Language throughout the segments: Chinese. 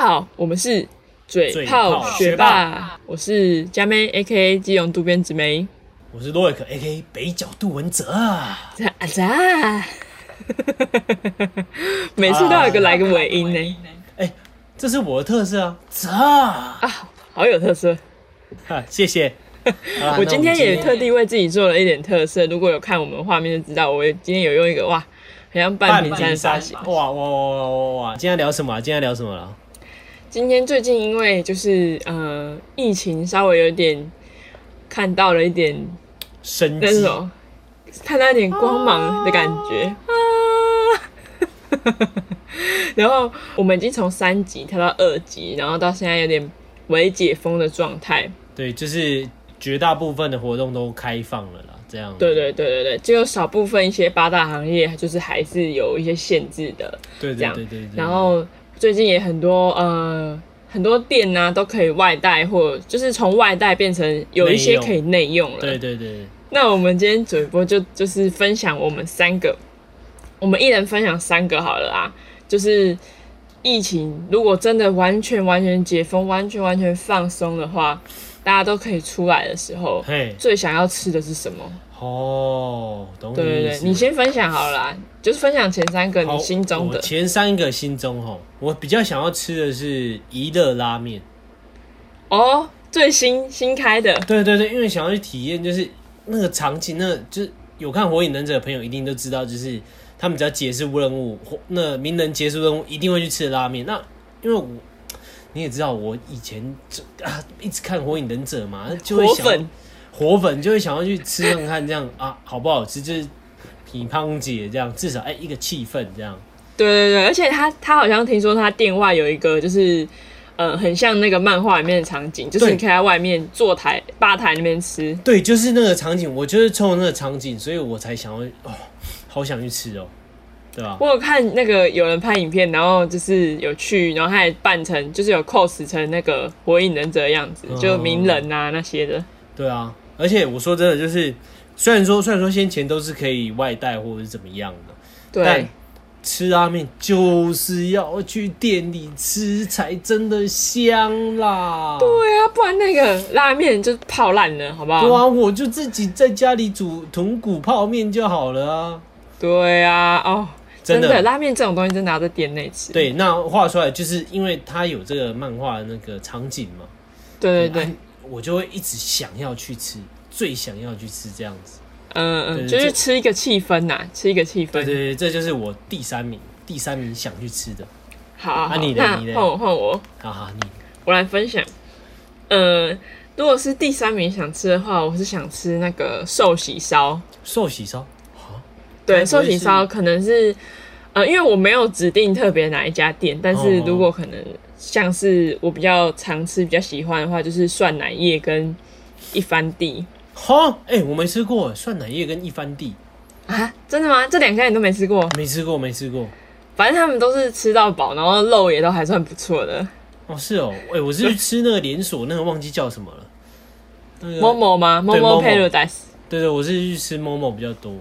好，我们是嘴嘴炮炮学学霸，我是佳妹 A K A 基隆渡边直梅，我是洛克 A K 北角杜文泽啊，咋啊咋？ 每次都有一个来个尾音呢，哎、这是我的特色啊，泽啊，好有特色。哈啊谢谢。好啦我那今们天也特地为自己做了一点特色，如果有看我们画面就知道，我今天有用一个哇，很像半半瓶山山的发型。哇哇哇哇哇哇！今天聊什么、啊？今天聊什么了？今天最近因为就是呃疫情稍微有点看到了一点生那机，种哦看到一点光芒的感觉啊， 然后我们已经从三级跳到二级，然后到现在有点微解封的状态。对，就是绝大部分的活动都开放了啦，这样。对对对对对，只有少部分一些八大行业就是还是有一些限制的。对这对样对对对。然后最近也很多呃很多店呢、都可以外带，或就是从外带变成有一内些用可以内用了。对对对，那我们今天主播就就是分享我们三个，我们一人分享三个好了啊。就是疫情如果真的完全完全解封、完全完全放松的话，大家都可以出来的时候，嘿，最想要吃的是什么？哦，懂你对对意对，思。你先分享好了啦，就是分享前三个好你心中我的前三个心中吼，我比较想要吃的是怡乐拉面。哦，最新新开的对对对，因为想要去体验，就是那个场景，那个就是有看《火影忍者》的朋友一定都知道，就是他们只要结束任务，或那鸣人结束任务一定会去吃的拉面。那因为我你也知道，我以前就啊一直看《火影忍者》嘛， 就会火想要粉，火粉就会想要去吃看看，这样啊好不好吃？就是品乓姐这样，至少哎、一个气氛这样。对对对，而且他他好像听说他店外有一个就是。呃，很像那个漫画里面的场景，就是对你可以在外面坐台吧台那边吃，对，就是那个场景，我就是冲那个场景，所以我才想要哦，好想去吃哦，对吧？我有看那个有人拍影片，然后就是有去，然后他还扮成就是有 cos 成那个火影忍者的样子，哦就鸣人啊那些的。对啊，而且我说真的，就是虽然说虽然说先前都是可以外带或者是怎么样的，但对，吃拉面就是要去店里吃才真的香啦。对对啊，不然那个拉面就泡烂了，好不好？啊，我就自己在家里煮豚骨泡面就好了啊，对啊，哦，真的。拉面这种东西真的要在店内吃。对，那话说来，就是因为它有这个漫画的那个场景嘛，对对对，哎我就会一直想要去吃，最想要去吃这样子。嗯嗯，对就这是吃一个气氛呐、吃一个气氛。对对对，这就是我第三名，第三名想去吃的。好好好，啊你嘞那你嘞换我换我，哈哈，你我来分享。呃，如果是第三名想吃的话，我是想吃那个寿喜烧。寿喜烧对，该不寿会喜烧是可能是，呃，因为我没有指定特别哪一家店，但是哦如果可能像是我比较常吃、比较喜欢的话，就是蒜奶叶跟一番地哈，哎、我没吃过蒜奶叶跟一番地，啊，真的吗？这两家你都没吃过？没吃过，没吃过。反正他们都是吃到饱，然后肉也都还算不错的。哦，是哦，哎、我是去吃那个连锁，那个忘记叫什么了。那个，某某吗？某对某 Momo Paradise。对对，我是去吃 Momo 比较多。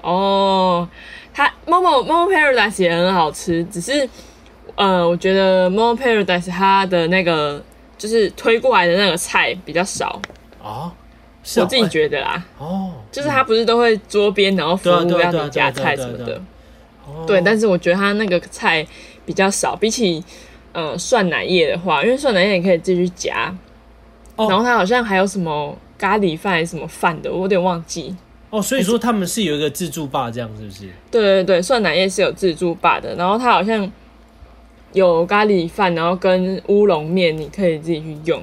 哦，它 Momo Momo Paradise 也很好吃，只是呃，我觉得 Momo Paradise 它的那个就是推过来的那个菜比较少，啊，是哦、我自己哎觉得啦，哦，就是它不是都会桌边然后服对啊务对啊让对啊你加对啊对啊菜对什啊么对啊的，哦对，啊但是我觉得它那个菜比较少，比起呃蒜奶叶的话，因为蒜奶叶你可以自己去夹，哦然后它好像还有什么咖喱饭还是什么饭的，我有点忘记。哦，所以说他们是有一个自助吧，这样是不是？对对对，蒜奶叶是有自助吧的，然后它好像有咖喱饭，然后跟乌龙面，你可以自己去用。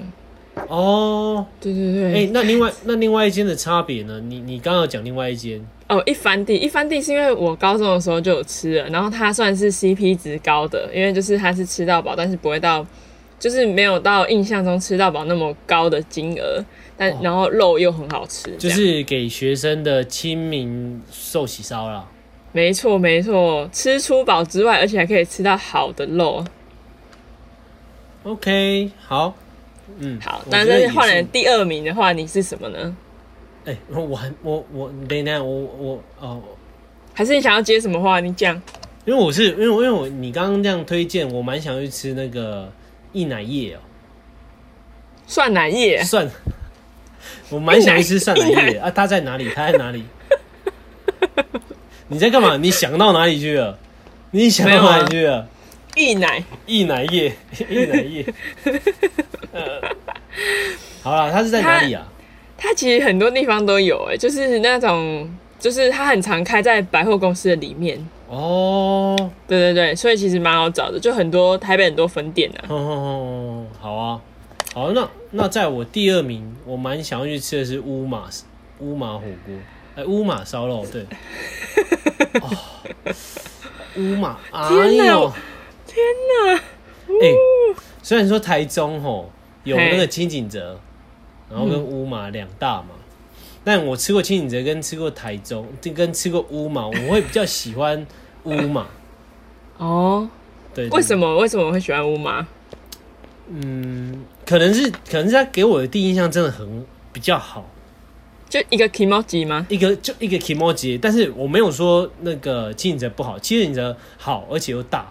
哦，对对对，哎、那另外那另外一间的差别呢？你你刚刚有讲另外一间哦，一番地，一番地是因为我高中的时候就有吃了，然后它算是 CP 值高的，因为就是它是吃到饱，但是不会到，就是没有到印象中吃到饱那么高的金额，但、哦然后肉又很好吃，这就样是给学生的亲民寿喜烧啦。没错没错，吃出饱之外，而且还可以吃到好的肉。 OK，好，嗯，好，我那但觉得是也换是了第二名的话，你是什么呢？哎、我还我我等一下，我我哦，还是你想要接什么话？你讲。因为我是因为因为我你刚刚这样推荐，我蛮想去吃那个一奶叶哦，蒜奶叶，蒜， 我蛮想吃啊蒜奶叶的啊！它在哪里？它在哪里？ 你在干嘛？你想到哪里去了？你想到哪里去了？一奶一奶叶，一奶 叶。呃好了，它是在哪里啊？它其实很多地方都有、哎，就是那种，就是它很常开在百货公司的里面。哦，对对对，所以其实蛮好找的，就很多台北很多分店啊。哼哼哼好啊，好，那那在我第二名，我蛮想要去吃的是乌马乌马火锅，哎、乌马烧肉，对，哦乌、马，哎天哪呦我，天哪，哎、虽然说台中吼有嘿那个清景泽，然后跟乌马两大嘛，但我吃过清景泽跟吃过台中，跟吃过乌马，我会比较喜欢乌马，哦，对，为什么？么为什么会喜欢乌马？嗯，可能是可能是他给我的第一印象真的很比较好。就一个 emoji 吗？一个就一个 k i m o j i 但是我没有说那个七影者不好，七影者好，而且又大。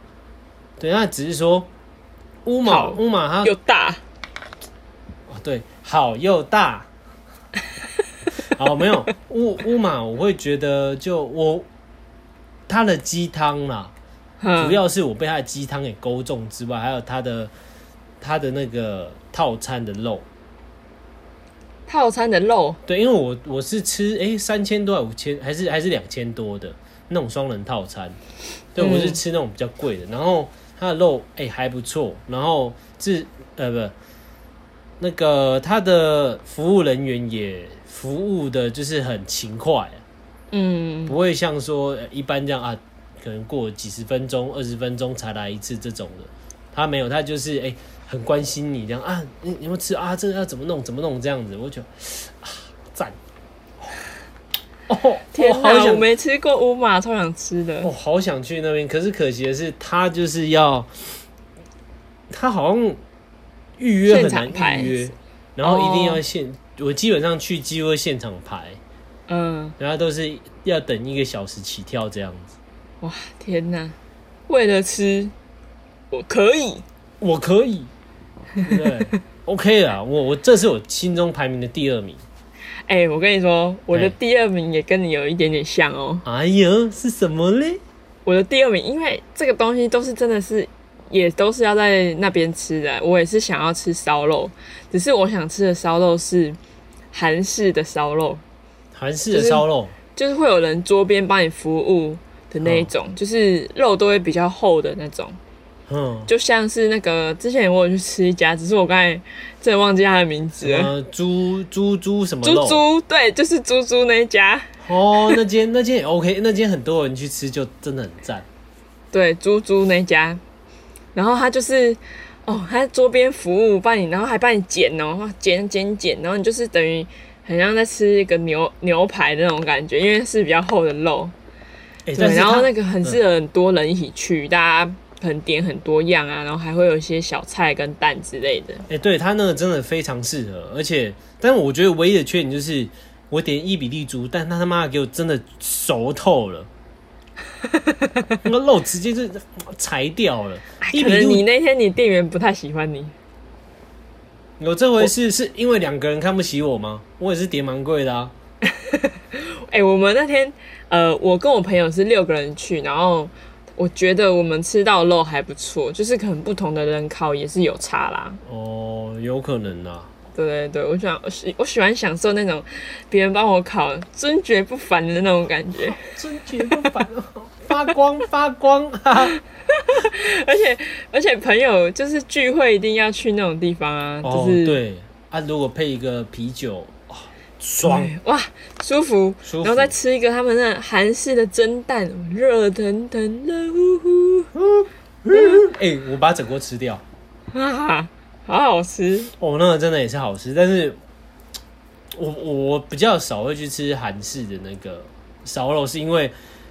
对，那只是说乌马好乌马它又大，哦对好又大。好，没有乌乌马，我会觉得就我它的鸡汤啦，主嗯，要是我被它的鸡汤给勾中之外，还有它的它的那个套餐的肉。套餐的肉，对，因为我我是吃诶三千多还五千还是还是两千多的那种双人套餐，对嗯我是吃那种比较贵的，然后它的肉诶还不错，然后自呃不那个它的服务人员也服务的就是很勤快，啊嗯，不会像说呃一般这样啊，可能过几十分钟、二十分钟才来一次这种的，他没有，他就是哎、很关心你这样啊，你你有没有吃啊？这个要怎么弄？怎么弄？这样子，我就啊赞。哦，天我哪好，想哦我没吃过乌马，超想吃的。我好想去那边，可是可惜的是，他就是要，他好像预约现很场难排预约，然后一定要哦现，我基本上去几乎会现场排，嗯，然后都是要等一个小时起跳这样子。哇，天哪，为了吃，我可以，我可以，对不对？OK 啦，我我这是我心中排名的第二名。哎、我跟你说，我的哎第二名也跟你有一点点像哦。哎呀，是什么嘞？我的第二名，因为这个东西都是真的是，也都是要在那边吃的。我也是想要吃烧肉，只是我想吃的烧肉是韩式的烧肉，韩式的烧肉，就是会有人桌边帮你服务的那一种，就是肉都会比较厚的那种。嗯，就像是那个之前我有去吃一家，只是我刚才真的忘记它的名字什了。么猪猪猪什么猪肉？猪，对，就是猪猪那一家，哦，那间那间也 OK，那间很多人去吃，就真的很赞。对，猪猪那一家。然后他就是，哦，他在桌边服务帮你，然后还帮你剪哦，哇剪剪剪，然后你就是等于很像在吃一个牛牛排的那种感觉，因为是比较厚的肉。哎、对，但是然后它那个很适合很多人一起去，大家可能点很多样啊，然后还会有一些小菜跟蛋之类的。哎、对它那个真的非常适合，而且，但我觉得唯一的缺点就是我点伊比利猪，但它他妈的给我真的熟透 了，那个肉直接就裁掉了。伊哎可比能利你那天你店员不太喜欢你，有哦这回事是因为两个人看不起我吗？我也是点蛮贵的啊。哎、我们那天，呃，我跟我朋友是六个人去，然后我觉得我们吃到的肉还不错，就是可能不同的人烤也是有差啦。哦，有可能啦。对对对，我想我喜我喜欢享受那种别人帮我烤，尊爵不凡的那种感觉。真绝不凡哦，发光发光啊！而且而且朋友就是聚会一定要去那种地方啊， 哦，就是、对啊，如果配一个啤酒，哦、爽对哇舒服，舒服然后再吃一个他们那韩式的蒸蛋，热腾腾热乎乎哎、我把整锅吃掉。啊，好好吃。哦，那个真的也是好吃，但是我我我比较少会去吃韩式的那个烧肉，是因为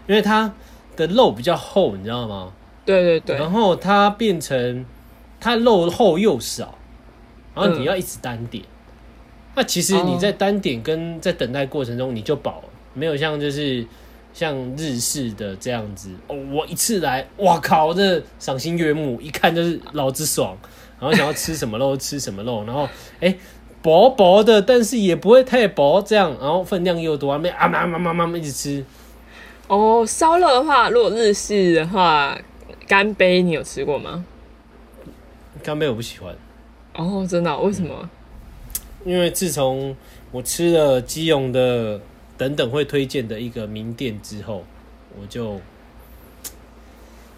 因为它的肉比较厚，你知道吗？对对对，然后它变成它肉厚又少，然后嗯你要一直单点。那其实哦你在单点跟在等待过程中你就饱了，没有像就是像日式的这样子，哦，我一次来，哇靠，这赏心悦目，一看就是老子爽。然后想要吃什么肉吃什么肉，然后哎薄薄的，但是也不会太薄，这样，然后分量又多，啊啊啊啊啊一直吃。哦，烧肉的话，如果日式的话，干杯你有吃过吗？干贝我不喜欢，哦，真的哦、为什么？因为自从我吃了基隆的等等会推荐的一个名店之后，我就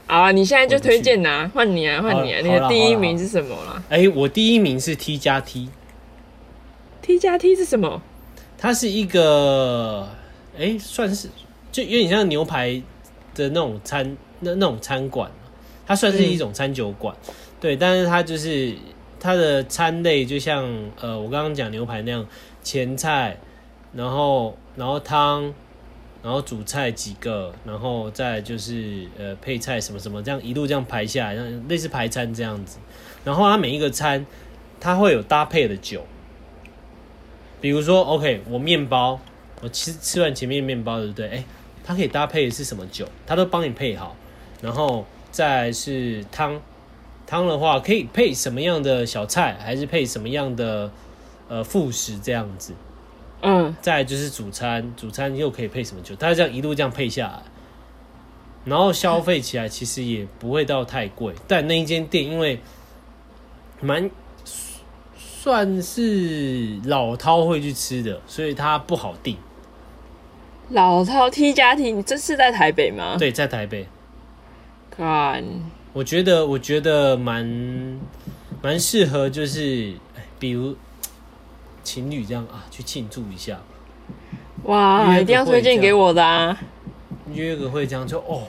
好啊，你现在就推荐呐、啊，换你啊，换你啊，好你好的啦第一好啦名是什么啦哎，我第一名是 T 加 T， ？T 加 T 是什么？它是一个哎算是就有点像牛排的那种餐那那种餐馆，它算是一种餐酒馆，对，但是它就是它的餐类就像呃我刚刚讲牛排那样，前菜，然后然后汤，然后主菜几个，然后再就是呃配菜什么什么，这样一路这样排下来，像类似排餐这样子。然后它每一个餐，它会有搭配的酒，比如说 OK，我面包，我吃吃完前面面包对不对？哎，它可以搭配的是什么酒，它都帮你配好。然后再来是汤，汤的话可以配什么样的小菜，还是配什么样的呃副食这样子。嗯，再来就是主餐，主餐又可以配什么酒？它这样一路这样配下来，然后消费起来其实也不会到太贵。但那一间店因为蛮算是老饕会去吃的，所以它不好订。老饕 T 加 T，你这是在台北吗？，对，在台北，看，我觉得我觉得蛮蛮适合，就是哎比如情侣这样啊去庆祝一下，哇，约一定要不会推荐这给样我的啊！约个会这样就哦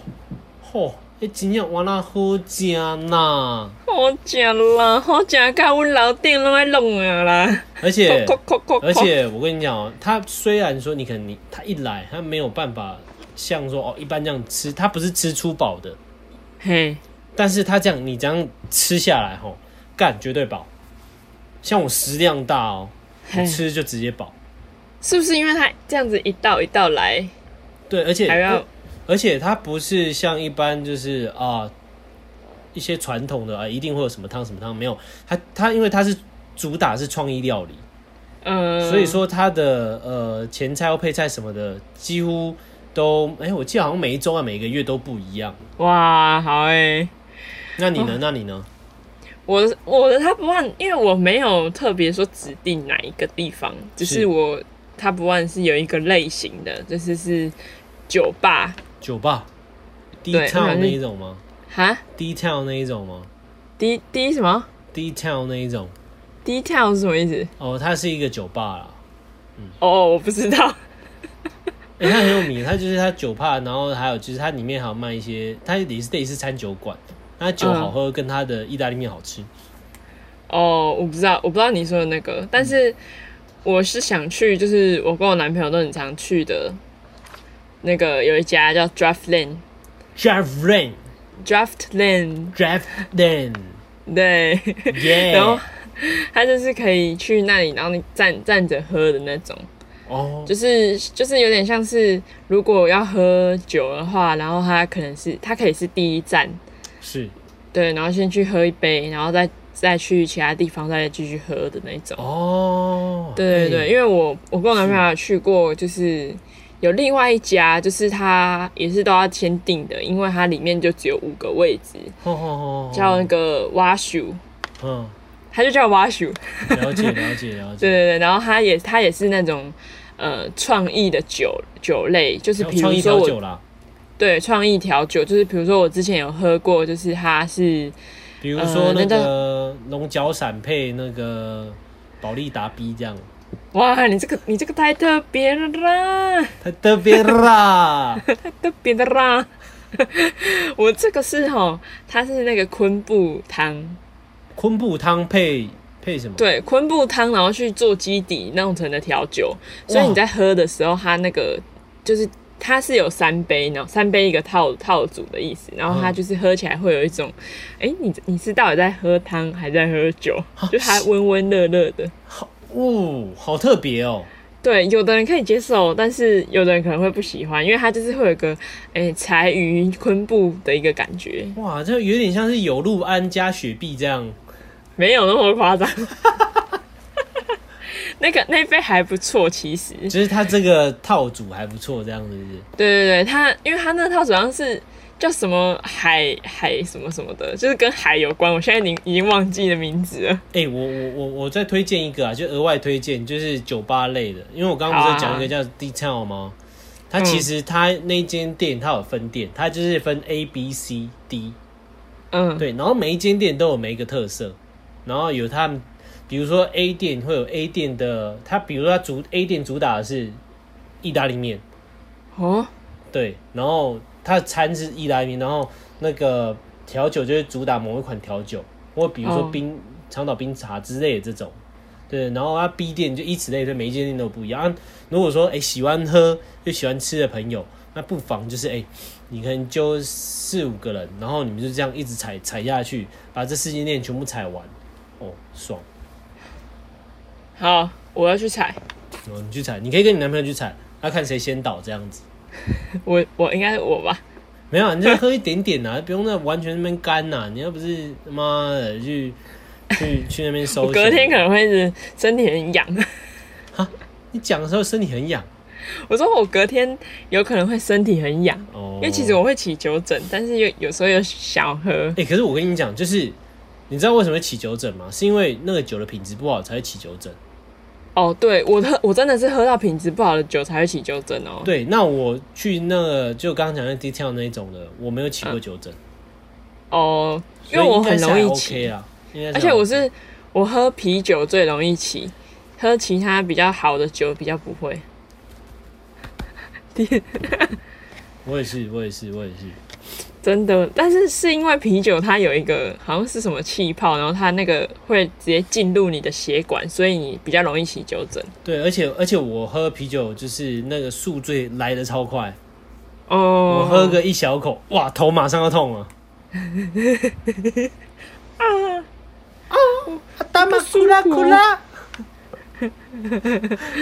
吼，哎、今天完了好佳呐。好假啦，好假，看我老店拢在弄啊啦，而 且扣扣而且我跟你讲哦，他虽然说你可能你他一来他没有办法像说哦一般这样吃，他不是吃出饱的，嘿，但是他这样你这样吃下来吼，干绝对饱。像我食量大哦，嘿，吃就直接饱。是不是因为他这样子一道一道来，对，而且还要而且它不是像一般就是啊一些传统的啊一定会有什么汤什么汤没有，它它因为它是主打是创意料理，嗯，所以说它的呃前菜或配菜什么的，几乎都哎、我记得好像每一周啊每个月都不一样。哇，好哎、那你哦呢？那你呢？我的我的他不按，因为我没有特别说指定哪一个地方，只是是我他不按是有一个类型的，就是是酒吧酒吧，D 对我 town 想那去一种吗哈？D town 那一种吗，D D 什么？D town 那一种？ D town 是什么意思？哦，它是一个酒吧啦。哦、我不知道，哎、它很有名，它就是它酒吧，然后还有就是它里面还有卖一些，它也是类似餐酒馆，它酒嗯好喝，跟它的意大利面好吃。哦、我不知道，我不知道你说的那个，但是我是想去，就是我跟我男朋友都很常去的，那个有一家叫 Draft Lane，Draft Draft rain, Lane， draft rain，对， 然后耶！它就是可以去那里，然后你站站着喝的那种。哦，就是就是有点像是，如果要喝酒的话，然后它可能是它可以是第一站，是对，然后先去喝一杯，然后再再去其他地方再继续喝的那种。哦，对对哎对，因为我我跟我男朋友有去过，就是有另外一家，就是它也是都要先订的，因为它里面就只有五个位置，吼吼吼吼叫那个 Washu，哦嗯，它就叫 Washu，了解了解了对解。对对，然后它也它也是那种呃创意的酒酒类，就是要比哦创如意说调我酒啦，对，创意调酒就是，比如说我之前有喝过，就是它是比如说呃那那个龙角散配那个保利达 B 这样，哇，你这个你这个太特别了啦，太特别 啦！特别的啦。 我这个是吼，它是那个昆布汤，昆布汤配配什么？对，昆布汤，然后去做基底弄成的调酒，所以哇你在喝的时候，它那个就是它是有三杯，然后三杯一个套套组的意思，然后它嗯就是喝起来会有一种，哎、你你是到底在喝汤还是在喝酒？就它温温热热的。哦，好特别哦！对，有的人可以接受，但是有的人可能会不喜欢，因为它就是会有一个诶、柴鱼昆布的一个感觉，哇，这有点像是有路安加雪碧这样。没有那么夸张。 那个那杯还不错，其实对就是它这个套组还不错，这样子是不是？对对，它因为它那套主要是叫什么海海什么什么的，就是跟海有关。我现在已经已经忘记了名字了。哎、我我我我再推荐一个啊，就额外推荐，就是酒吧类的，因为我刚刚不是有讲一个叫 D Town 吗？它其实它那间店它有分店，它就是分 A B C D 嗯，对，然后每一间店都有每一个特色，然后有他们，比如说 A 店会有 A 店的，它比如说它主 A 店主打的是意大利面，哦，对，然后它的餐是意大利面，然后那个调酒就是主打某一款调酒，或比如说哦冰、长岛冰茶之类的这种。对，然后它啊 B 店就以此类推，每一间店都不一样。啊、如果说哎喜欢喝又喜欢吃的朋友，那不妨就是哎，你可能就四五个人，然后你们就这样一直踩踩下去，把这四间店全部踩完，哦，爽！好，我要去踩，然后哦你去踩，你可以跟你男朋友去踩，那、看谁先倒这样子。我我应该是我吧。没有啊，你就喝一点点呐、啊， 不用那完全那边干呐、你要不是他妈的去去去那边搜我寻， 隔天可能会是身体很痒， 你讲的时候身体很痒我说我隔天有可能会身体很痒，哦。因为其实我会起酒疹，但是又有时候又想喝。哎、可是我跟你讲，就是你知道为什么会起酒疹吗？是因为那个酒的品质不好才会起酒疹。哦，对我喝我真的是喝到品质不好的酒才会起酒疹哦。对，那我去那个就刚刚讲的 detail 那一种的，我没有起过酒疹，哦，嗯因为所以我应该很是容还易起 OK 啊，应该而是还且 OK 我是我喝啤酒最容易起，喝其他比较好的酒比较不会。 我也是我也是我也是，真的，但是是因为啤酒它有一个好像是什么气泡，然后它那个会直接进入你的血管，所以你比较容易起酒疹。对，而且而且我喝啤酒就是那个宿醉来的超快，哦我，喝个一小口，哇，头马上要痛了。啊啊！达玛苏拉库拉。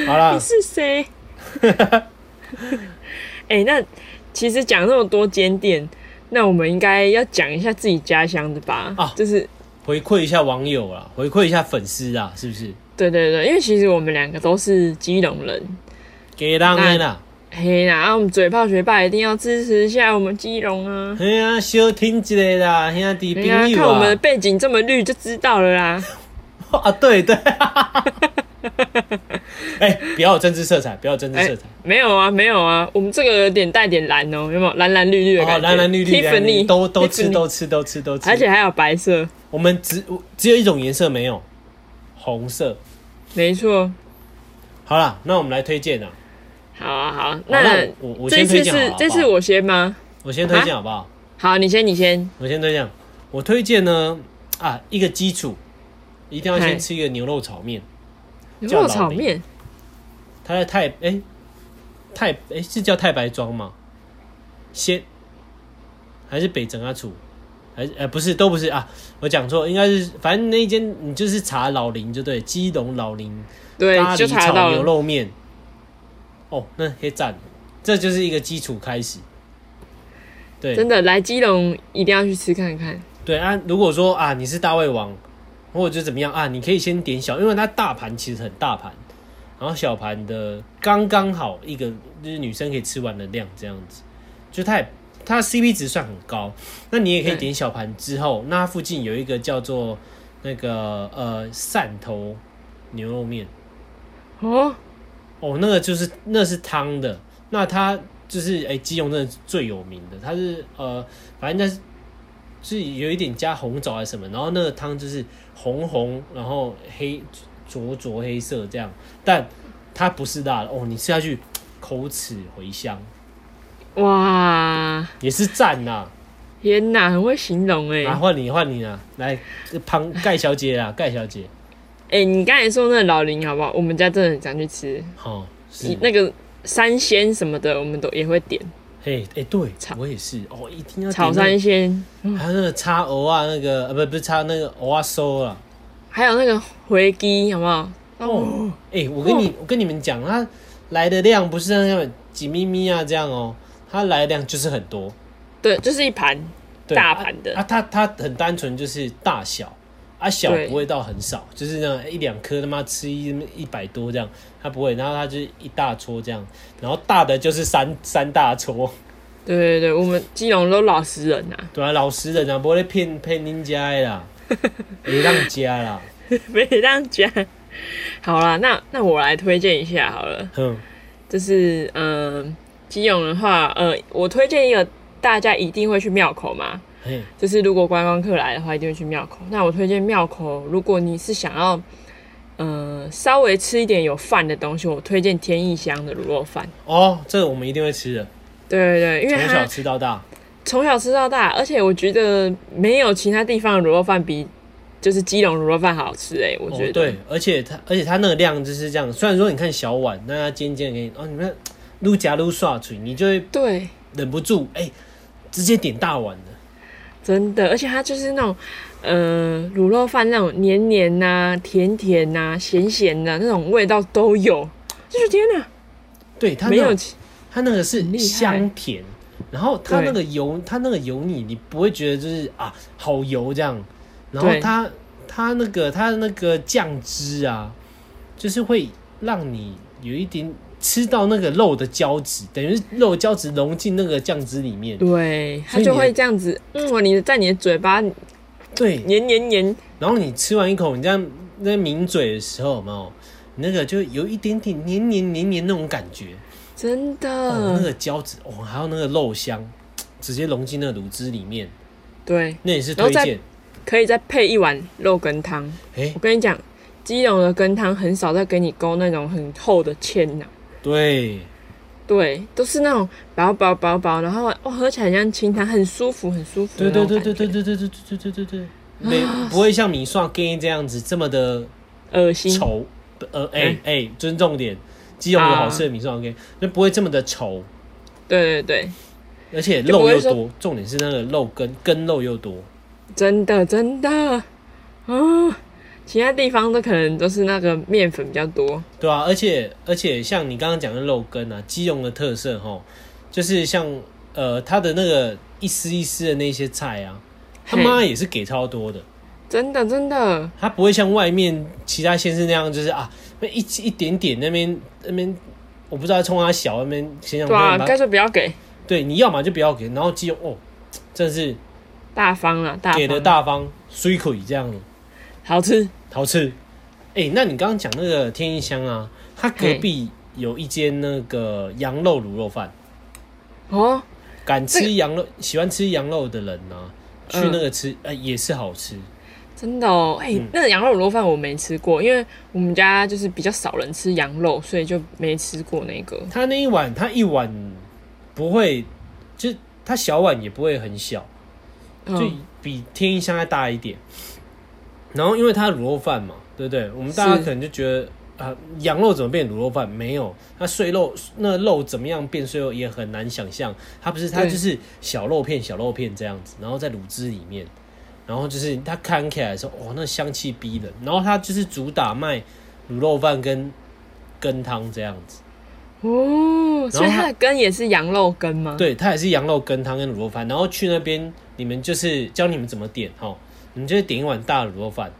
好啦你，是谁？ 哎、那其实讲那么多间店，那我们应该要讲一下自己家乡的吧？啊就是回馈一下网友啦，回馈一下粉丝啊，是不是？对对对，因为其实我们两个都是基隆人，给当的啦，嘿啦，啊我们嘴炮学霸一定要支持一下我们基隆啊！哎呀，小听一下啦，兄弟哎朋呀，看友我们的啊，背景这么绿就知道了啦。啊，对 对，哎，不要有政治色彩，不要有政治哎色彩，没有啊，没有啊，我们这个有点带点蓝哦，有没有蓝蓝绿绿的感哦，觉？蓝蓝绿绿，蒂蓝芙蓝绿尼都都吃， Tiffany 都吃，都吃，都吃，而且还有白色，我们只只有一种颜色没有，红色。没错。好啦，那我们来推荐啊。好啊，好啊，好那那我我这先一推次荐好是了这次好不好我啊先吗？我先推荐好不好？好，你先，你先。我先推荐，我推荐呢啊，一个基础一定要嗨先吃一个牛肉炒面，牛叫肉老炒梅面，它在太哎、太哎、是叫太白庄吗？先还是北整阿楚，还是呃不是都不是啊，我讲错，应该是反正那一间你就是查老林就对，基隆老林对咖，就喱查到炒牛了。肉面，哦，那黑赞，这就是一个基础开始。对，真的，来基隆一定要去吃看看。对啊，如果说啊你是大胃王，或者就怎么样啊，你可以先点小，因为它大盘其实很大盘，然后小盘的刚刚好一个就是女生可以吃完的量这样子，就它也它 CP 值算很高。那你也可以对点小盘之后，那它附近有一个叫做那个呃汕头牛肉面，哦，哦，那个就是那是汤的，那它就是哎、基隆真的是最有名的，它是呃，反正它是是有一点加红枣还是什么，然后那个汤就是红红，然后黑灼灼黑色这样，但它不是辣的哦，你吃下去口齿回香，哇，也是赞呐、天哪，很会形容哎、啊！换你换你啊，来旁盖小姐啊，盖小姐，哎、你刚才说那个老林好不好？我们家真的很常去吃，好、哦是你那个三鲜什么的，我们都也会点嘿哎、对炒，我也是哦，一定要炒点那三鲜，个还有那个叉鹅啊，那个呃不不是叉那个鹅啊收啦。还有那个回鸡，好不好？哦，哎、我跟你我跟你们讲，它来的量不是那种几咪咪啊这样哦，它来的量就是很多，对，就是一盘对大盘的啊，它它很单纯就是大小啊，小对不会到很少，就是那种一两颗他妈吃一一百多这样，它不会，然后它就是一大撮这样，然后大的就是三三大撮，对对对，我们基隆都老实人呐、 对啊，老实人啊，不会骗骗人家的啦，别让家啦，没这样讲。好啦，那那我来推荐一下好了，哼，就是嗯、呃基隆的话，呃，我推荐一个大家一定会去庙口嘛，嘿，就是如果观光客来的话，一定会去庙口。那我推荐庙口，如果你是想要，呃，稍微吃一点有饭的东西，我推荐天意香的卤肉饭。哦，这个我们一定会吃的，对对对，因为从小它吃到大，从小吃到大，而且我觉得没有其他地方的卤肉饭比就是基隆卤肉饭好吃哎、我哦觉得。，对，而且它而且它那个量就是这样，虽然说你看小碗，那它尖尖的给你，哦，你看撸夹撸刷嘴，你就会对，忍不住哎、直接点大碗的。真的，而且它就是那种，呃，卤肉饭那种黏黏呐、甜甜呐、咸咸啊的那种味道都有，就是天哪，对，它没那有种其它那个很是厉害香甜，然后它对那个油，它那个油腻，你不会觉得就是啊好油这样，然后对它它那个它那个酱汁啊，就是会让你有一点吃到那个肉的胶质，等于是肉的胶质融进那个酱汁里面。对，它所以就你会的这样子，嗯，你在你的嘴巴对，黏黏黏，然后你吃完一口，你这样在抿嘴的时候，有没有？你那个就有一点点黏黏黏黏那种感觉，真的，哦，那个胶质，哦，还有那个肉香，直接融进那个卤汁里面，对，那也是然后推再荐。可以再配一碗肉羹汤。哎我，跟你讲，基隆的羹汤很少再给你勾那种很厚的芡呐、对，对，都是那种薄薄薄薄，然后哦，喝起来很像清汤，很舒服，很舒服。对对对对对，对对对对对对对，没不会像米刷羹这样子这么的恶心。稠，呃，哎哎，尊重点，基隆有好吃的米刷羹，就不会这么的稠，对对对，而且就不肉会又说多，重点是那个肉跟跟肉又多。真的真的啊，其他地方都可能都是那个面粉比较多。对啊，而且而且像你刚刚讲的肉羹啊，基隆的特色吼，就是像呃它的那个一丝一丝的那些菜啊，他嘿妈也是给超多的，真的真的，它不会像外面其他县市那样，就是啊那一一点点那边那边，我不知道冲他小那边先让对啊，他该说不要给，对你要嘛就不要给，然后基隆哦，真的是大方了，大方给的大方，水以这样好吃。好吃。哎、那你刚刚讲那个天一香啊，它隔嘿壁有一间那个羊肉卤肉饭。哦，敢这个吃羊肉、喜欢吃羊肉的人呢、去嗯那个吃，呃，也是好吃。真的哦，哎、嗯那个羊肉卤肉饭我没吃过，因为我们家就是比较少人吃羊肉，所以就没吃过那个。他那一碗，他一碗不会，就他小碗也不会很小，就嗯，比天一香再大一点。然后因为它卤肉饭嘛，对不对？我们大家是可能就觉得啊、羊肉怎么变卤肉饭？没有，它碎肉那肉怎么样变碎肉也很难想象。它不是，它对就是小肉片、小肉片这样子，然后在卤汁里面，然后就是它看起来的时候，哦哇，那香气逼人。然后它就是主打卖卤肉饭跟羹汤这样子，哦，所以然后它它的根也是羊肉根吗？，对，它也是羊肉羹汤跟卤肉饭。然后去那边，你们就是教你们怎么点哈，你们就是点一碗大的卤肉饭，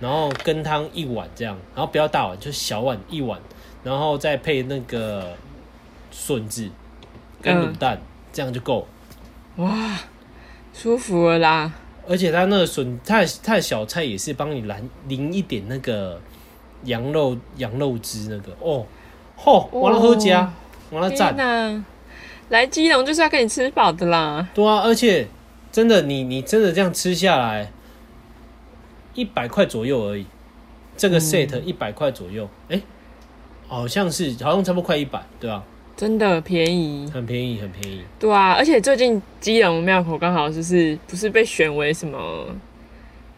然后羹汤一碗这样，然后不要大碗，就是小碗一碗，然后再配那个笋子跟卤嗯蛋，这样就够。哇，舒服了啦。而且它那个笋，它的它的小菜也是帮你淋淋一点那个羊肉羊肉汁那个哦，吼、完了喝加，完了赞天。哪，来基隆就是要跟你吃饱的啦。对啊，而且真的，你你真的这样吃下来，一百块左右而已，这嗯个 set 一百块左右，哎、好像是好像差不多快一百，对啊，真的便宜，很便宜，很便宜。对啊，而且最近基隆庙口刚好就是不是被选为什么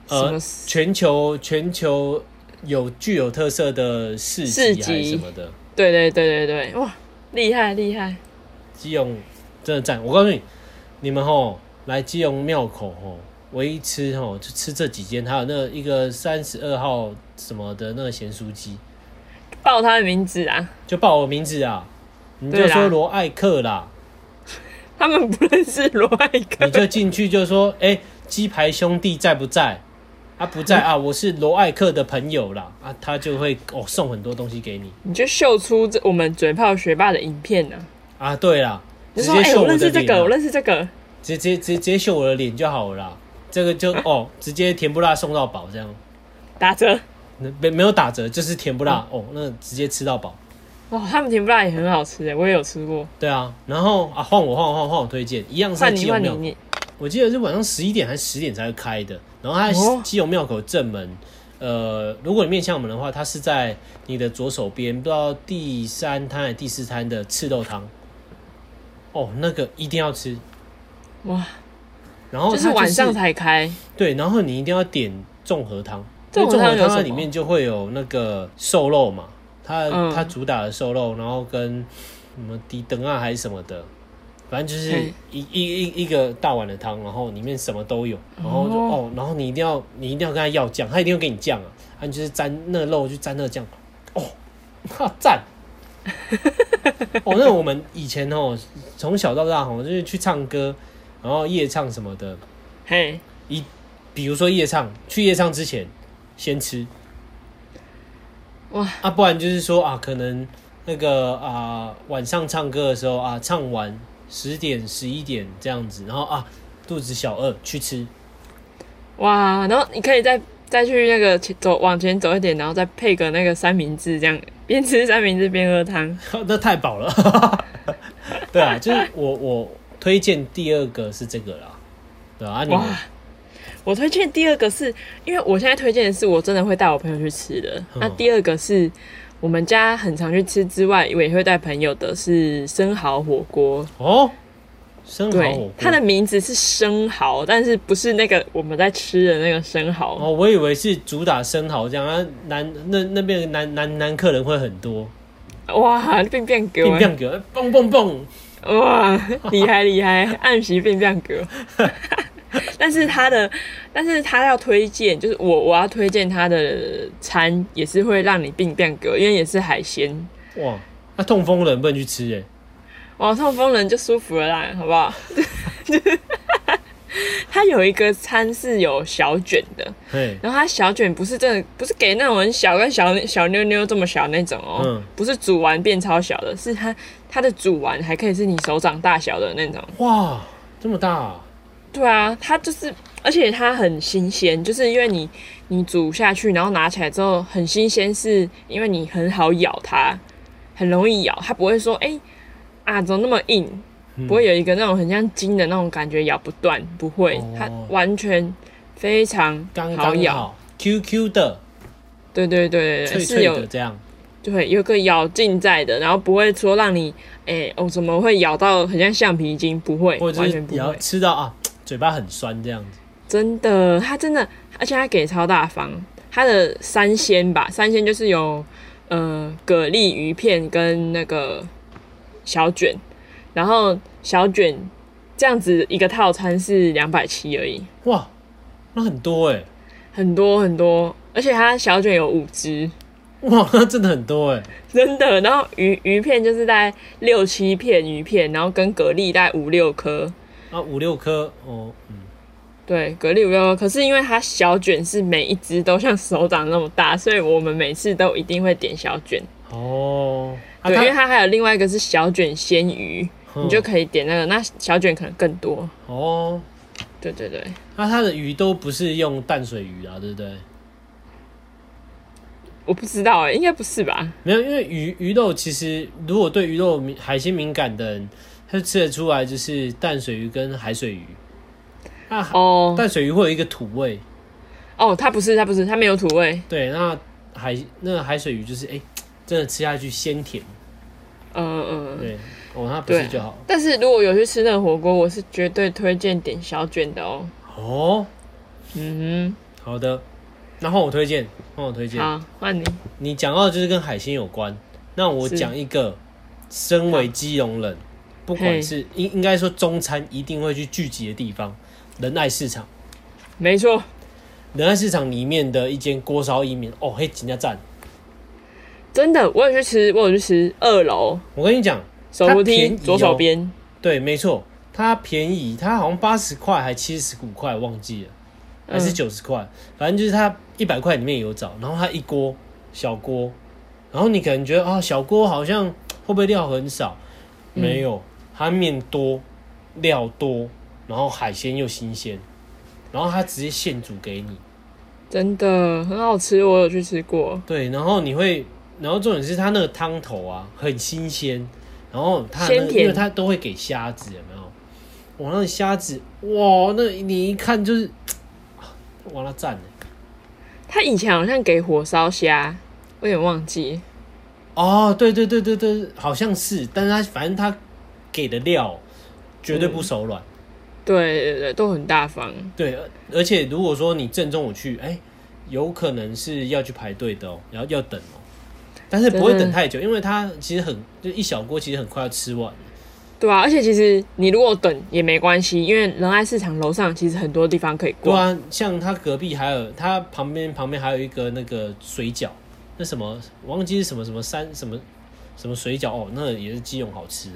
什呃么，全球全球有具有特色的市市集集还是什么的，对对对对对，哇，厉害厉害，基隆真的赞！我告诉你，你们吼来基隆庙口吼，唯一吃吼就吃这几间，还有那个一个三十二号什么的那个咸酥鸡，报他的名字啊，就报我名字啊，你就对啦说罗艾克啦，他们不认识罗艾克你，就进去就说，哎、鸡排兄弟在不在？啊，不 在啊，我是罗艾克的朋友啦，啊，他就会哦送很多东西给你你就秀出这我们嘴炮学霸的影片呢、啊，啊，对啦，你直就说接哎、秀我的认识这脸个，啊我，认识这个，直接直接直接秀我的脸就好了啦，这个 就哦，直接甜不辣送到饱这样，打折那没没有打折，就是甜不嗯辣哦，那直接吃到饱。哦，他们甜不辣也很好吃哎，我也有吃过。对啊，然后啊，换我换我换我换我推荐，一样是在换你基隆换你庙口。你，我记得是晚上十一点还是十点才会开的，然后它哦在基隆庙口正门。呃，如果你面向我们的话，它是在你的左手边，不知道第三摊还是第四摊的赤豆汤。哦，那个一定要吃。哇！然后就哦它是晚上才开，对，然后你一定要点综合汤，因综为合综汤合有汤什它么里面就会有那个瘦肉嘛，它、嗯它主打的瘦肉，然后跟什么低灯啊还是什么的，反正就是嗯一一一一个大碗的汤，然后里面什么都有，然后就哦哦然后你一定要你一定要跟他要酱，他一定会给你酱啊，啊你就是沾那个肉就沾那个酱，哦，哈 赞。哦，那我们以前哦，从小到大哦，就是去唱歌，然后夜唱什么的，嘿，比如说夜唱，去夜唱之前先吃，哇啊，不然就是说啊，可能那个啊晚上唱歌的时候啊，唱完十点十一点这样子，然后啊肚子小饿去吃， 哇！然后你可以再再去那个前走往前走一点，然后再配个那个三明治，这样边吃三明治边喝汤。那太饱了， 对啊，就是我我推荐第二个是这个啦，对啊，啊你哇们我推荐第二个是因为我现在推荐的是我真的会带我朋友去吃的。嗯那第二个是我们家很常去吃之外，我也会带朋友的是生蚝火锅。哦，生蚝火对锅，，它的名字是生蚝，但是不是那个我们在吃的那个生蚝。哦，我以为是主打生蚝这样，啊南那那边的南南南客人会很多，哇，变变哥，变变给哎蹦蹦蹦。哇，厉害厉害，按时变变格。但是他的，但是他要推荐，就是我我要推荐他的餐，也是会让你变变格，因为也是海鲜。哇，那、痛风的人不能去吃哎、哇，痛风人就舒服了啦，好不好？ 他有一个餐是有小卷的，嘿，然后它小卷不是真的，不是给那种很小跟小小妞妞这么小那种哦，嗯不是煮完变超小的，是它它的煮完还可以是你手掌大小的那种。哇，这么大、啊，对啊，它就是，而且它很新鲜，就是因为你你煮下去，然后拿起来之后很新鲜，是因为你很好咬它，很容易咬，它不会说哎、啊怎么那么硬，嗯不会有一个那种很像筋的那种感觉，咬不断，不会，哦它完全非常刚好刚咬，好，Q Q 的，对对对对脆对，是脆有的这样，对有个咬劲在的，然后不会说让你哎哦怎么会咬到很像橡皮筋，不会，或者哎完是全不你要会。吃到啊，嘴巴很酸这样子。真的，他真的，而且他给超大方。他的三鲜吧，三鲜就是有呃蛤蜊鱼片跟那个小卷，然后小卷这样子一个套餐是两百七而已，哇，那很多哎、很多很多，而且它小卷有五只，哇， 那真的很多哎、真的。然后鱼鱼片就是大概六七片鱼片，然后跟蛤蜊大概五六颗，啊，五六颗哦，嗯，对，蛤蜊五六颗。可是因为它小卷是每一只都像手掌那么大，所以我们每次都一定会点小卷。哦，啊对，因为它它还有另外一个是小卷鲜鱼，嗯你就可以点那个，那小卷可能更多。哦，对对对，那、它的鱼都不是用淡水鱼啊，对不对？我不知道哎、应该不是 吧？没有，因为鱼鱼肉其实如果对鱼肉敏海鲜敏感的人，他就吃得出来就是淡水鱼跟海水鱼。那海哦淡水鱼会有一个土味，哦，它不是，它不是，它没有土味。对，那海那海水鱼就是哎、真的吃下去鲜甜，嗯嗯嗯，对，哦，它不对是就好。但是如果有去吃那个火锅，我是绝对推荐点小卷的哦。哦，嗯好的，那换我推荐，换我推哼，荐。好，换你。你讲到就是跟海鲜有关，那我是讲一个，身为基隆人，不管嘿是应应该说中餐一定会去聚集的地方，仁爱市场。没错，仁爱市场里面的一间锅烧意面，哦，嘿，真的赞！真的，我有去吃，我有去吃二楼我跟你讲，手扶它梯便宜哦左手边，对，没错，它便宜，它好像八十块还七十五块，忘记了，还是嗯九十块，反正就是它一百块里面有找，然后它一锅小锅，然后你可能觉得啊、小锅好像会不会料很少？嗯没有，它面多，料多，然后海鲜又新鲜，然后它直接现煮给你。真的很好吃，我有去吃过，对，然后你会，然后重点是它那个汤头啊，很新鲜，然后它那鲜个，甜因为它都会给虾子，有没有？哇，那个虾子，哇，那你一看就是，啊哇，那赞了。他以前好像给火烧虾，我有点忘记，哦，对对对对对，好像是，但是它反正它给的料绝对嗯不手软，对对对，都很大方，对，而而且如果说你正中午去，哎，有可能是要去排队的哦，然后要等哦，但是不会真的等太久，因为它其实很就一小锅，其实很快要吃完。对啊，而且其实你如果等也没关系，因为仁爱市场楼上其实很多地方可以对逛，啊，像他隔壁还有他旁边旁边还有一个那个水饺，那什么我忘记是什么什么山什么什么水饺哦，那个也是基隆好吃的。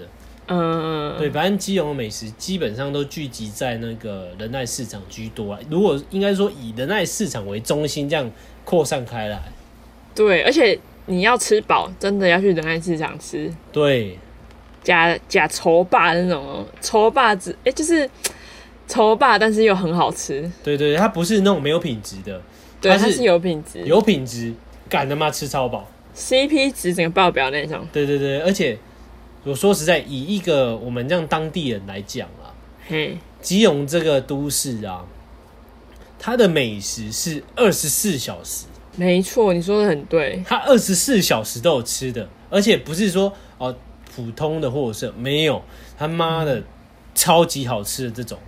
嗯，对，反正基隆的美食基本上都聚集在那个仁爱市场居多啊。如果应该说以仁爱市场为中心这样扩散开来，对，而且你要吃饱，真的要去仁爱市场吃，对，假假稠霸那种哦，稠霸子，哎、就是稠霸，但是又很好吃，对对，它不是那种没有品质的，对，它它是是有品质，有品质，敢他妈吃超饱。 CP 值整个爆表那种，对对对，而且我说实在，以一个我们这样当地人来讲啊，嘿，基隆这个都市啊，它的美食是二十四小时，没错，你说的很对，它二十四小时都有吃的，而且不是说哦普通的或者是没有，他妈的超级好吃的这种。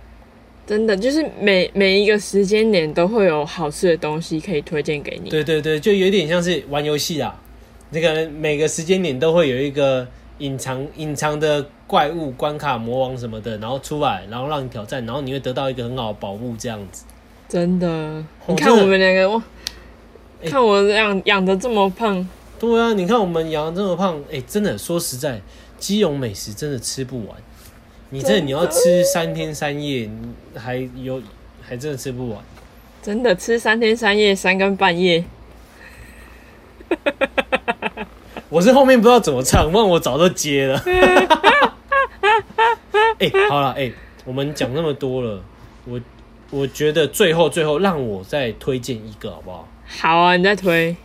真的就是每每一个时间点都会有好吃的东西可以推荐给你，对对对，就有点像是玩游戏啊，那个每个时间点都会有一个隐藏隐藏的怪物、关卡、魔王什么的，然后出来，然后让你挑战，然后你会得到一个很好的宝物这样子。真的，你看哦真的我们两个，哇，哎看我养养的这么胖，对啊，你看我们羊这么胖，哎、真的说实在，基隆美食真的吃不完。你这真的你要吃三天三夜，你还有还真的吃不完。真的吃三天三夜，三更半夜，我是后面不知道怎么唱，不然我早就接了。 哎、好了，哎、我们讲那么多了，我我觉得最后最后让我再推荐一个好不好？好啊，你在推，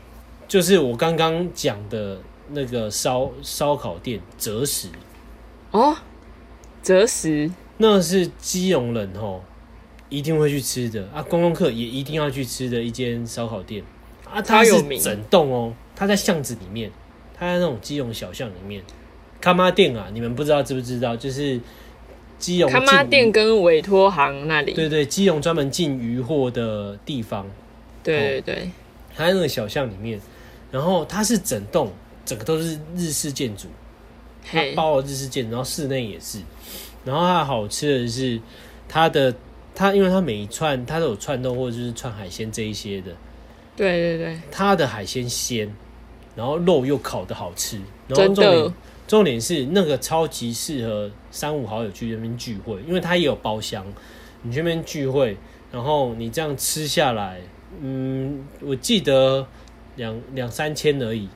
就是我刚刚讲的那个烧烧烤店择食，哦，择食，那是基隆人吼，一定会去吃的啊，观光客也一定要去吃的一间烧烤店啊，它超有是名整栋哦，它在巷子里面，它在那种基隆小巷里面，咖妈店啊，你们不知道知不知道？就是基隆他妈进店渔，跟委托行那里，对对，基隆专门进渔货的地方，对对哦对，它在那个小巷里面，然后它是整栋，整个都是日式建筑，它嘿，包了日式建，然后室内也是。然后它好吃的是它的它，因为它每一串它都有串豆或者就是串海鲜这一些的，对对对，它的海鲜鲜，然后肉又烤的好吃，然后真重点的重点是那个超级适合三五好友去那边聚会，因为它也有包厢，你去那边聚会，然后你这样吃下来，嗯，我记得两两三千而已，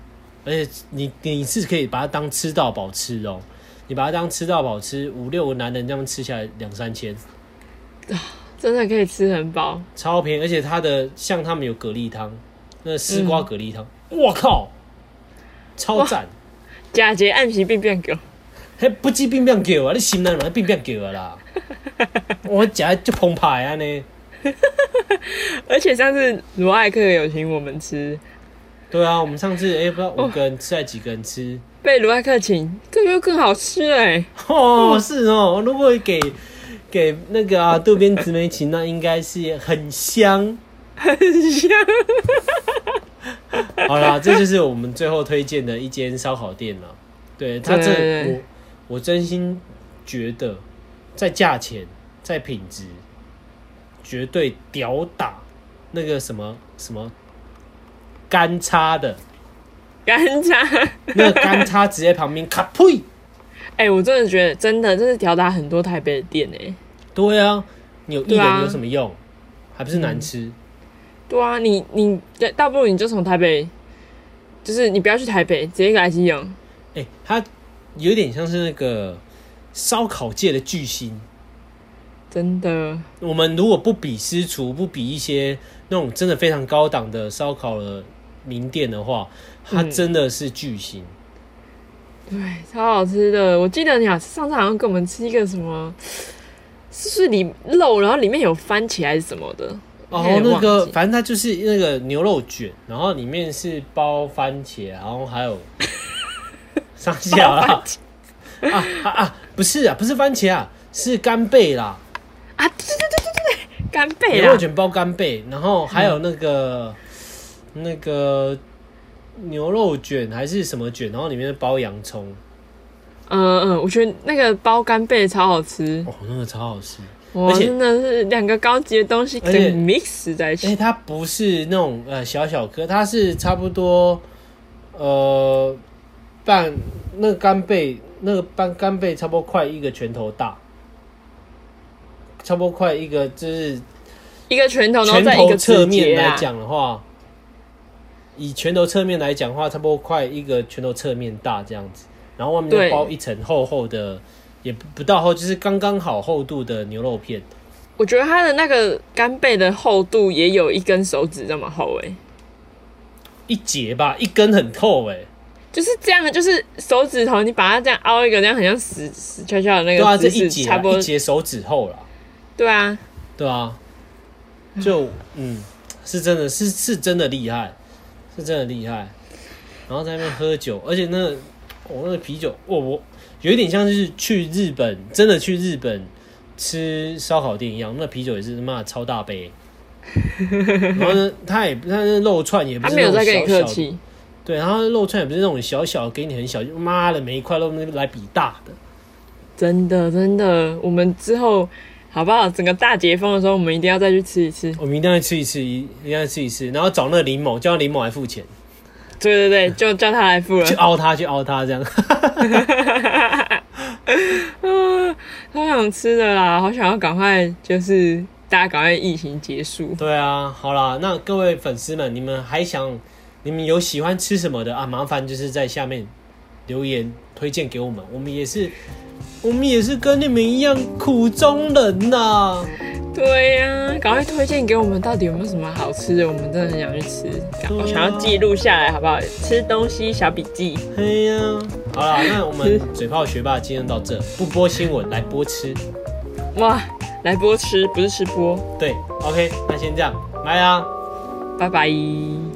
而且你你是可以把它当吃到饱吃的哦，你把它当吃到饱吃，五六个男人这样吃下来两三千，真的可以吃很饱，超便宜，而且它的像他们有蛤蜊汤，那丝瓜蛤蜊汤，我、靠，超赞！假节暗皮变变狗，还不止变变叫啊，你心内嘛变变叫啊啦！我食就澎湃啊呢， 而且上次罗艾克有请我们吃，对啊，我们上次哎、不知道五个人吃还几个人吃，被罗艾克请，这个又更好吃了哎，哦是哦，如果给给那个啊渡边直美琴，那应该是很香。很香， 好啦，这就是我们最后推荐的一间烧烤店了。对它对对这对我我真心觉得，在价钱、在品质，绝对屌打那个什么什么干叉的干炸！那个干叉直接旁边卡呸。哎、我真的觉得，真的，真是吊打很多台北的店哎、对啊，你有艺对啊人有什么用？还不是难吃？对啊，你你对，倒不如你就从台北，就是你不要去台北，直接来基隆。哎、它有点像是那个烧烤界的巨星。真的，我们如果不比私厨，不比一些那种真的非常高档的烧烤的名店的话，它嗯真的是巨星。对，超好吃的。我记得你好上次好像跟我们吃一个什么，是不是里肉，然后里面有番茄还是什么的？哎有哦点，那忘个记反正它就是那个牛肉卷，然后里面是包番茄，然后 还有上下啦啊啊啊！不是啊，不是番茄啊，是干贝啦，啊，对对对对对对，干贝啊牛啦肉，卷包干贝，然后还有那个、嗯那个牛肉卷还是什么卷，然后里面包洋葱，嗯嗯，我觉得那个包干贝超好吃，哦，那个超好吃。哇，而且真的是两个高级的东西可而且以 mix 在一哎、起，它不是那种呃小小颗，它是差不多呃半那个干贝，那个半干贝差不多快一个拳头大，差不多快一个就是一个拳头，然后拳再一头个侧指节面啊来，讲的话，以拳头侧面来讲的话，差不多快一个拳头侧面大这样子，然后外面对就包一层厚厚的，也不不到厚，就是刚刚好厚度的牛肉片。我觉得它的那个干贝的厚度也有一根手指这么厚欸诶、一节吧，一根很透哎、就是这样，就是手指头你把它这样凹一个，这样很像死死翘翘的那对啊，个这姿一势，节差啊不一多，节手指厚了，对啊，对啊，就嗯，是真的是是真的厉害，是真的厉害。然后在那边喝酒，而且那我、哦、那个啤酒，我、我有一点像是去日本，真的去日本吃烧烤店一样，那啤酒也是他妈的超大杯。然后呢，他也他那肉串也不他是没那有种在小跟你客小的气，对，然后肉串也不是那种小小的给你很小，就妈的每一块肉那边来比大的。真的真的，我们之后好不好？整个大解封的时候，我们一定要再去吃一次。我们一定要吃一次，一一定要吃一次，然后找那个林某，叫林某来付钱，对对对，啊就叫他来付了去。凹他，去凹他，这样啊， 超想吃的啦，好想要赶快，就是大家赶快疫情结束。对啊，好啦，那各位粉丝们，你们还想，你们有喜欢吃什么的啊？麻烦就是在下面留言推荐给我们，我们也是，我们也是跟你们一样苦中人呐、对呀、赶快推荐给我们，到底有没有什么好吃的？我们真的很想去吃，对啊我想要记录下来，好不好？吃东西小笔记。哎呀，好啦，那我们嘴炮学霸今天到这，不播新闻，来播吃。哇，来播吃不是吃播，啊对，OK，那先这样，拜啦。拜拜。